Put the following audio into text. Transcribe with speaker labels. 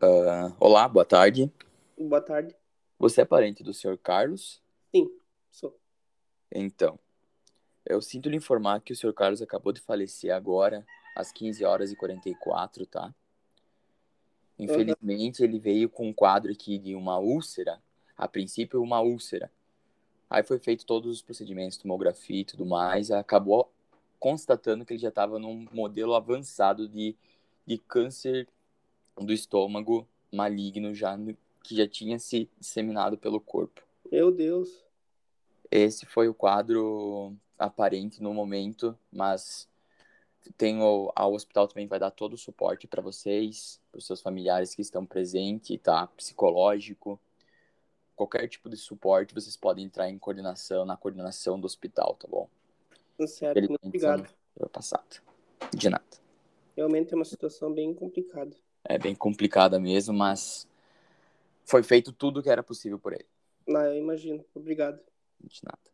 Speaker 1: Ah, olá, boa tarde.
Speaker 2: Boa tarde.
Speaker 1: Você é parente do senhor Carlos?
Speaker 2: Sou.
Speaker 1: Então, eu sinto lhe informar que o senhor Carlos acabou de falecer agora, às 15 horas e 44, tá? Infelizmente, ele veio com um quadro aqui de uma úlcera, a princípio uma úlcera. Aí foi feito todos os procedimentos, tomografia e tudo mais, acabou constatando que ele já estava num modelo avançado de, de câncer do estômago maligno já no- que já tinha se disseminado pelo corpo.
Speaker 2: Meu Deus.
Speaker 1: Esse foi o quadro aparente no momento, mas tem o, a- o hospital também vai dar todo o suporte para vocês, para os seus familiares que estão presentes, tá? Psicológico, qualquer tipo de suporte, vocês podem entrar em coordenação, na coordenação do hospital, tá bom?
Speaker 2: Certo, muito
Speaker 1: Infelizmente, só
Speaker 2: obrigado.
Speaker 1: não foi passado. De nada.
Speaker 2: Realmente é uma situação bem complicada.
Speaker 1: É bem complicada mesmo, mas foi feito tudo o que era possível por ele.
Speaker 2: Ah, eu imagino. Obrigado.
Speaker 1: De nada.